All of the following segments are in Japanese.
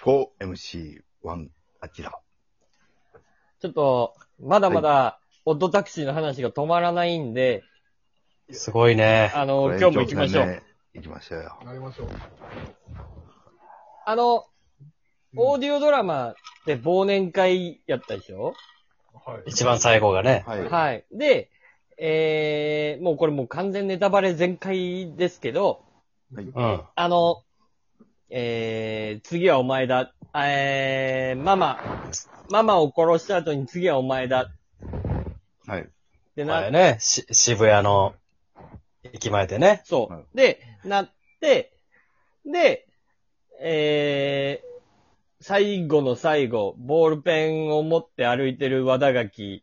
4MC1 アキラ。ちょっと、まだまだ、オッドタクシーの話が止まらないんで、すごいね。あの、今日も行きましょこれう。以上ね。行きましょうよ。なりましょう。あの、オーディオドラマって忘年会やったでしょはい。一番最後がね。はい。はい。で、えー、もうこれもう完全ネタバレ全開ですけど、うん。あの、えー、次はお前だ。えー、ママ、ママを殺した後に次はお前だ。はい。でな前ね、し渋谷の駅前でね。そ。はいうで、なって、で、えー、最後の最後、ボールペンを持って歩いてる和田垣、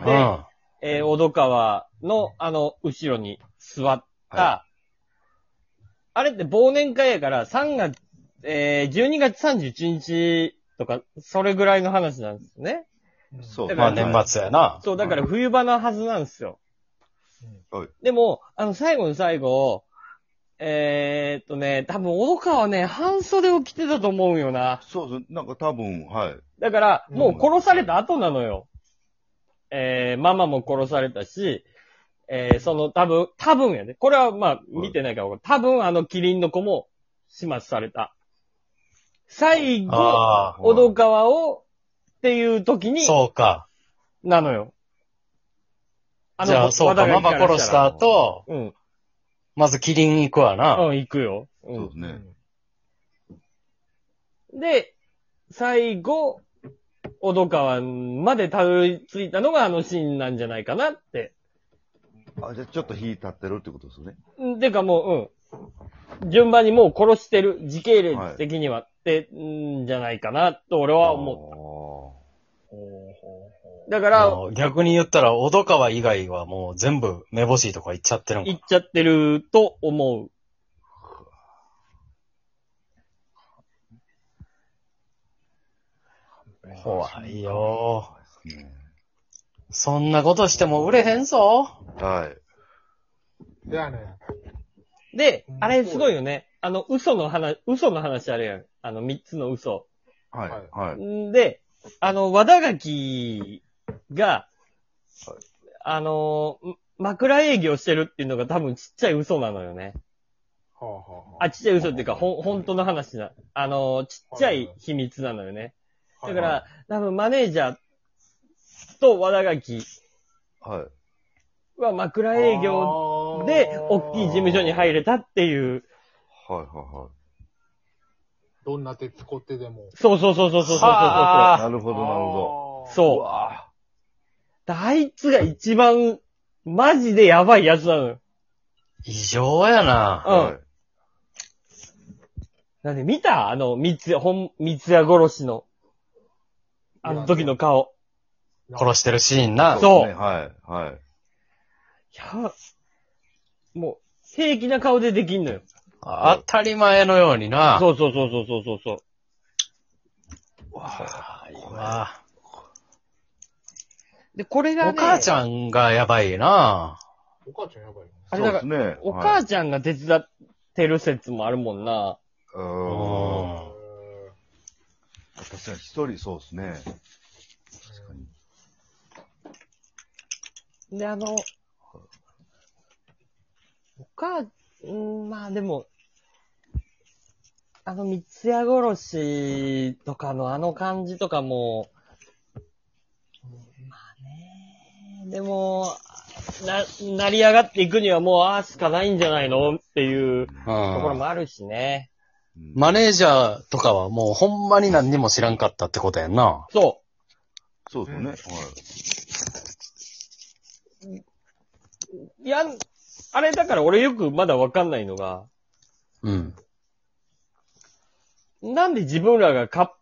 うでん。えー、小戸川の、あの、後ろに座った、はあれって忘年会やから、3月、えー、12月31日とか、それぐらいの話なんですね。そう。だかまあら年末やな。そう、だから冬場のはずなんですよ。はいでも、あの、最後の最後、えー、っとね、多分、小川はね、半袖を着てたと思うよな。そうそう。なんか多分、はい。だから、うんもう殺された後なのよ。えー、ママも殺されたし、えー、その、多分、多分やね。これは、まあ、見てないから分かる、多分、あの、キリンの子も、始末された。最後、あ小戸川を、っていう時あ、に、そうか。なのよ。じゃあ、そうか。和田マがマ行殺した後、うん。うん、まずキリン行くわな。行くよ。そううでんすね。で、最後、小戸川までたどり着いたのがあのシーンなんじゃないかなって。あ、じゃあちょっと火立ってるってことですよね。んてかもう、うん。順番にもう殺してる、時系列的にはって、んじゃないかな、と俺は思思う。だかあら、の逆に言ったら、小戸川以外はもう全部目星とか行っちゃってるん行っか。ちゃってると思う。怖いよう。ですね。そんなことしても売れへんぞ。はい。ではね、でう、んあれすごいよね。あの、嘘の話、嘘の話あるやん。あの、三つの嘘。はい。はい。んで、あの、和田垣が、あの、ん枕営業してるっていうのが多分ちっちゃい嘘なのよね。はあはあはああ、ちっちゃい嘘っていうか、ほん、本当の話な。あの、ちっちゃい秘密なのよね。だから、多分マネージャーと和田垣はい。は枕営業業で、大きい事務所に入れたっていう。はい。はどんな手使ってでも。そうそうそうそうそうそうそうい。はそあなるほど、なるほあーど。う。そう。わあいつが一番、マジでやばいやつなのよ。異常やぁ。な。うんはいなんで見たあの、三つ、本、三つ矢殺しの、あの時の顔。殺してるシーンな。そうですねはい。はい。いや、もう、平気な顔でできんのよ。あ当たり前のようにな。そうそうそうそうそうそうそう。怖いわで、これがね、お母ちん。ゃんがやばいな。お母ちゃんやばいよね。あれそだうかでらすね。おはい母ちゃんが手伝ってる説もあるもんな。うーうん。ん。確かに一人そうですね。確かに。で、あの、お母、うんまあでも、あの三ツ矢殺しとかのあの感じとかも、まあね、でも、な、成り上がっていくにはもうああしかないんじゃないのっていうところもあるしね。うんマネージャーとかはもうほんまに何にも知らんかったってことやんな。そそうですね。はい。う。いや、あれだから俺よくまだわかんないのが、うん。なんで自分らがカップ、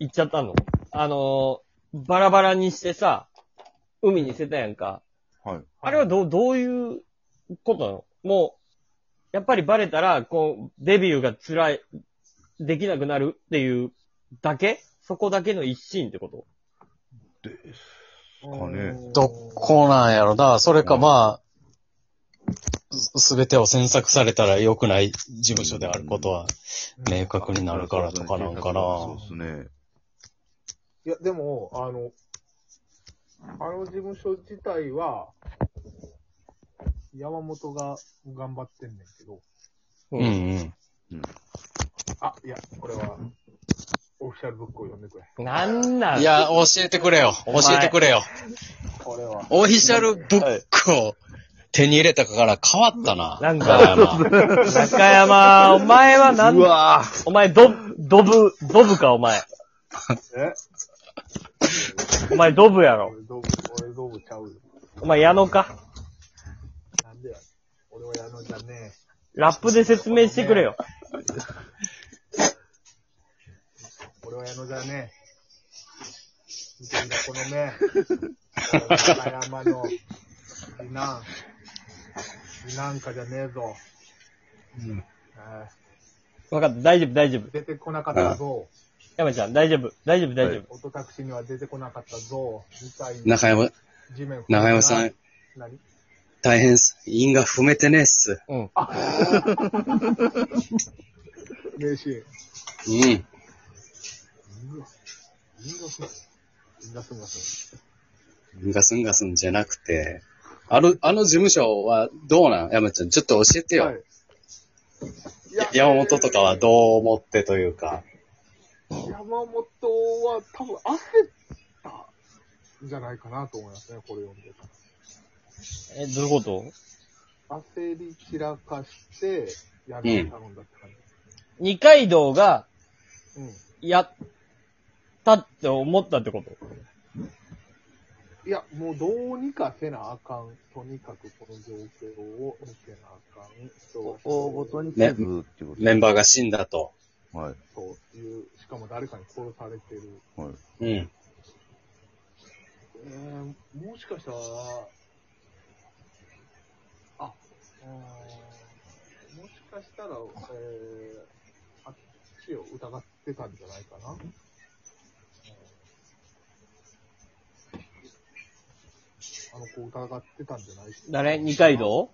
行っちゃったのあのー、バラバラにしてさ、海に捨てたやんか。はい。あれはどう、どういうことなのもう、やっぱりバレたら、こう、デビューが辛い、できなくなるっていうだけそこだけの一心ってことかねどこなんやろな。それかまあ、すべてを詮索されたら良くない事務所であることは明確になるからとかなんかな。そうですね。いや、でも、あの、あの事務所自体は、山本が頑張ってんねんけど、ううんうん。あ、いや、これは、オフィシャルブックを読んでくれ。なんなんい、や、教えてくれよ。お前教えてくれよ。これは。オフィシャルブックを手に入れたから変わったな。なんか中山 中山、お前はなんうわぁお前、ド、ドブ、ドブか、お前。えお前、ドブやろ。俺、どう、俺、どうちゃうよ。お前、矢野か。なんでや。俺はやるのじゃねラップで説明してくれよ。え。俺はやるのじゃねえ。見てみな、この目。中山の、次男。次男かじゃねえぞ。え分かった、大丈夫、大丈夫ー。出てこなかったぞ。山ちゃん、大丈夫、大丈夫、大丈夫。音タクシーには出てこなかったぞ。みたいな。中山、地面。中山さん。、何大変っす。因が踏めてねえっす。うん。名刺。うん。インドスマス。インドスマス。因がすんがすんじゃなくて、あの、あの事務所はどうなん山ちゃん、ちょっと教えてよ。はいや山本とかはどう思ってというか。山本は多分焦ったんじゃないかなと思いますね、これ読んでたえ、どういうことら。焦り散らかして、やる頼んだって感二階堂が、じ。うん。やったって思ったってこといや、もうどうにかせなあかん。とにかくこの状況を見せなあかん。大ごとに。に削るっていうことメンバーが死んだと。はい。そういう、しかも誰かに殺されてる。はい。うん。えー、もしかしたら、あ、うーんもしかしたら、えー、あっちを疑ってたんじゃないかな。あの子疑ってたんじゃない誰二階堂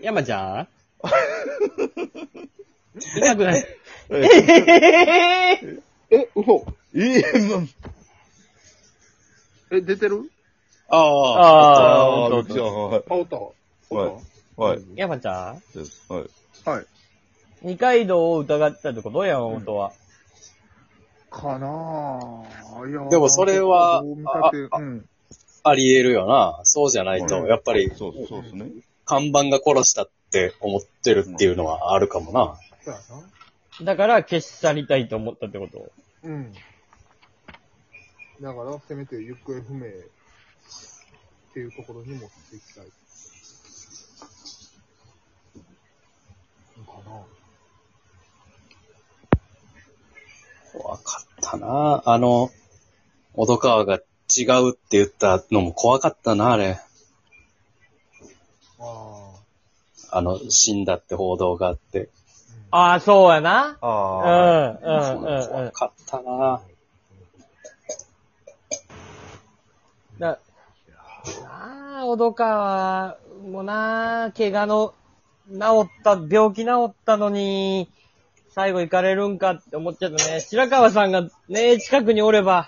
山ちゃん痛くない。えーえ、嘘ええなんえ、出てるあああーー、みきちゃん、はい。あ、おったおったはいはい。山ちゃんですはい。二階堂を疑ってたってこと山本は。かなぁ。いやでもそれはどう見たって、うん。あり得るよな。そうじゃないと、うんやっぱり、そう、そうですね。看板が殺したって思ってるっていうのはあるかもな。そうやだから消し去りたいと思ったってことな。うん。だから、せめて行方不明っていうところに持っていきたい。かな怖かったな。あの、小戸川が違うって言ったのも怖かったな、あれ。ああ。あの、死んだって報道があって。ああ、そうやな。うん、うああ。ん、うん、うん怖。かったな。だ、なあ、小戸川もなあ、怪我の、治った、病気治ったのに、最後行かれるんかって思っちゃったね。白川さんがね、近くにおれば、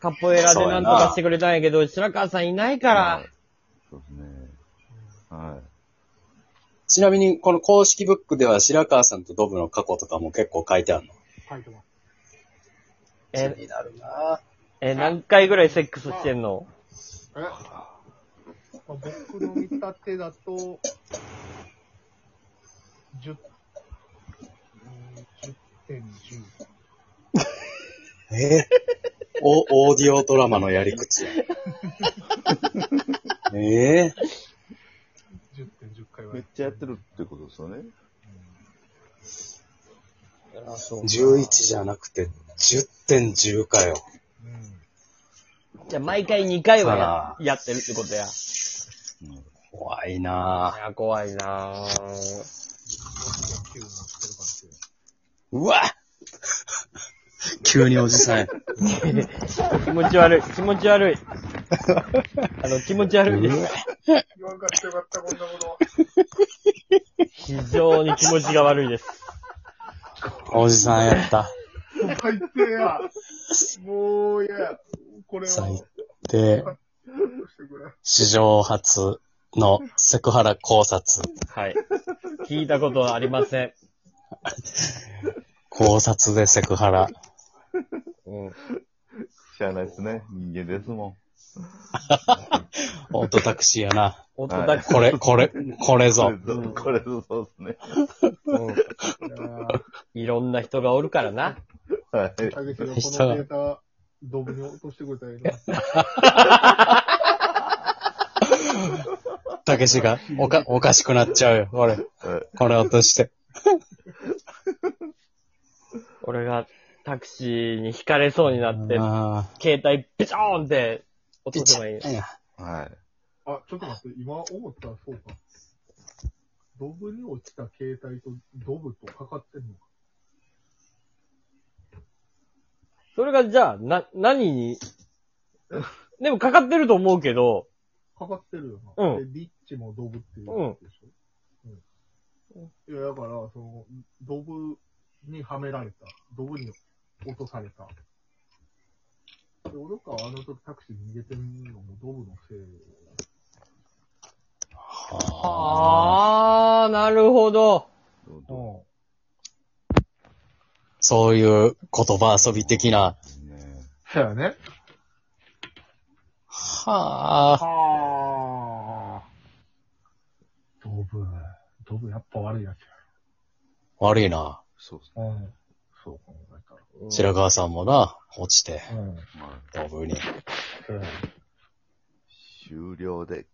カポエラでなんとかしてくれたんやけど、白川さんいないから、そうですね。はちなみに、この公式ブックでは白川さんとドブの過去とかも結構書いてあるの。書いてます。え、になるな。え、何回ぐらいセックスしてんのえ、まあ、僕の見立てだと、10、うん10.10。え お、オーディオドラマのやり 口や。ええ10.10回い。はめっちゃやってるってことですよね。 11じゃなくて10.10かよ。うん。じゃあ、毎回2回はさややってるってことや。怖いないや、怖いなぁ。 9持ってる感じで。ぁうわ急におじさんや。 気持ち悪い、気持ち悪 い。あの、気持ち悪いです。言わんかったよかった、こんなこ非常に気持ちが悪いです。おじさんやった。と。最低や。もう嫌や。これは、最低。どうしてくれ。史上初のセクハラ考察。はい。聞いたことはありません。考察でセクハラ。うん。しゃあないですね。人間ですもオートタクシーやな。音だけ、これ、これ、これん。こぞれ。ぞ、これぞそうですね。うん。いろんな人がおるからな。はい。たけしがこのデータ、ドブに落としてくれたらいいの。たけしがおか、おかしくなっちゃうよ。これ、はいこれ落として。俺がタクシーに惹かれそうになって、あ携帯ビチョーンって落とせばいい。ーはい。あ、ちょっと待って、今思ったらそうか。ドブに落ちた携帯とドブとかかってんのか。それがじゃあ、な、何に、 でもかかってると思うけど、かかってるよな。うんで、リッチもドブっていうやつでしょ。うん。いや、だから、その、ドブにはめられた。ドブに落とされた。で、俺かあの時タクシー逃げてんのもドブのせい。あー。あー、なるほど。どうどうそういう言葉遊び的な。うねん。やね。はあ。はー。ドブ。ドブやっぱ悪いやつ悪いな。そうですね。や。うん。そう考え白川さんもな、落ちて、たら。うん。まあ、ドブに。うん終了でございます